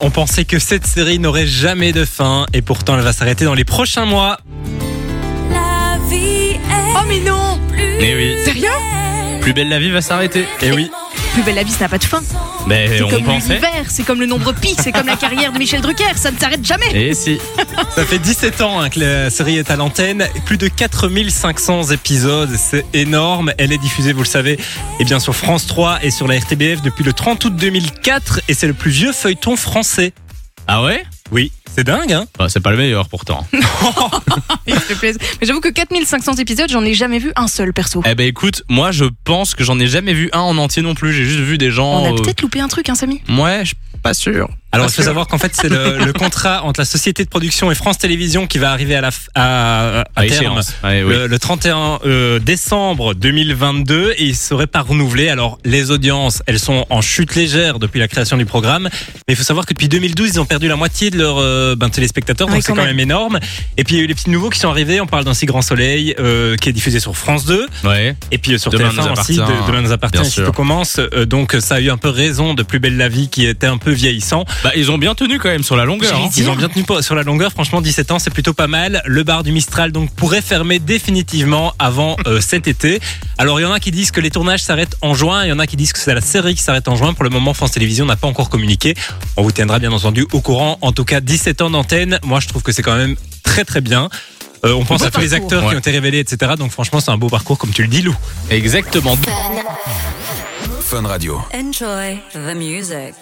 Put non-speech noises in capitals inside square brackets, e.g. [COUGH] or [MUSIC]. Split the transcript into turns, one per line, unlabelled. On pensait que cette série n'aurait jamais de fin et pourtant elle va s'arrêter dans les prochains mois.
La vie est
Oh mais non
plus
Eh oui.
Sérieux
Plus belle la vie va s'arrêter. Et oui.
Plus belle la vie, ça n'a pas de fin.
Mais
C'est
on
comme
pensait.
l'univers, c'est comme le nombre pi, c'est comme la carrière de Michel Drucker, ça ne s'arrête jamais.
Et si. Ça fait 17 ans hein, que la série est à l'antenne. Plus de 4500 épisodes. C'est énorme. Elle est diffusée, vous le savez, et bien sur France 3 et sur la RTBF depuis le 30 août 2004. Et c'est le plus vieux feuilleton français.
Ah ouais
Oui, c'est dingue, hein
Bah, C'est pas le meilleur pourtant.
Il me fait plaisir. Mais j'avoue que 4500 épisodes, j'en ai jamais vu un seul perso.
eh ben écoute, moi je pense que j'en ai jamais vu un en entier non plus. J'ai juste vu des gens.
On a
oh.
euh,
peut-être loupé un truc, hein, Samy
Ouais, je suis pas sûr.
Alors,
Pas
il faut
sûr.
savoir qu'en fait, c'est le, le contrat entre la société de production et France Télévisions qui va arriver à la f- à, à terme.
À échéance. Ouais, Eh oui.
le, le 31 euh, décembre 2022 et il serait pas renouvelé. Alors les audiences, elles sont en chute légère depuis la création du programme, mais il faut savoir que depuis 2012, ils ont perdu la moitié de leurs euh, ben, téléspectateurs,
Ouais,
donc c'est
quand
quand même. énorme. Et puis il y a eu les petits nouveaux qui sont arrivés. On parle d'Ainsi Grand Soleil euh, qui est diffusé sur France 2
Ouais.
et puis euh, sur
Demain
TF1
nous
aussi.
appartient.
de- Demain nous appartient.
Bien
si
sûr.
tout commence, Euh, donc ça a eu un peu raison de Plus belle la vie qui était un peu vieillissant.
Bah ils ont bien tenu quand même sur la longueur.
J'allais
hein.
dire.
Ils ont bien tenu pour- sur la longueur, franchement 17 ans c'est plutôt pas mal. Le bar du Mistral donc pourrait fermer définitivement avant
[LAUGHS]
euh, cet été. Alors il y en a qui disent que les tournages s'arrêtent en juin, il y en a qui disent que c'est la série qui s'arrête en juin. Pour le moment France Télévisions n'a pas encore communiqué. On vous tiendra bien entendu au courant. En tout cas 17 ans d'antenne, moi je trouve que c'est quand même très très bien. Euh, on pense
beau
à tous les
parcours.
acteurs qui
Ouais.
ont été révélés, etc. Donc franchement c'est un beau parcours comme tu le dis Lou.
Exactement.
Fun Radio.
Enjoy the music.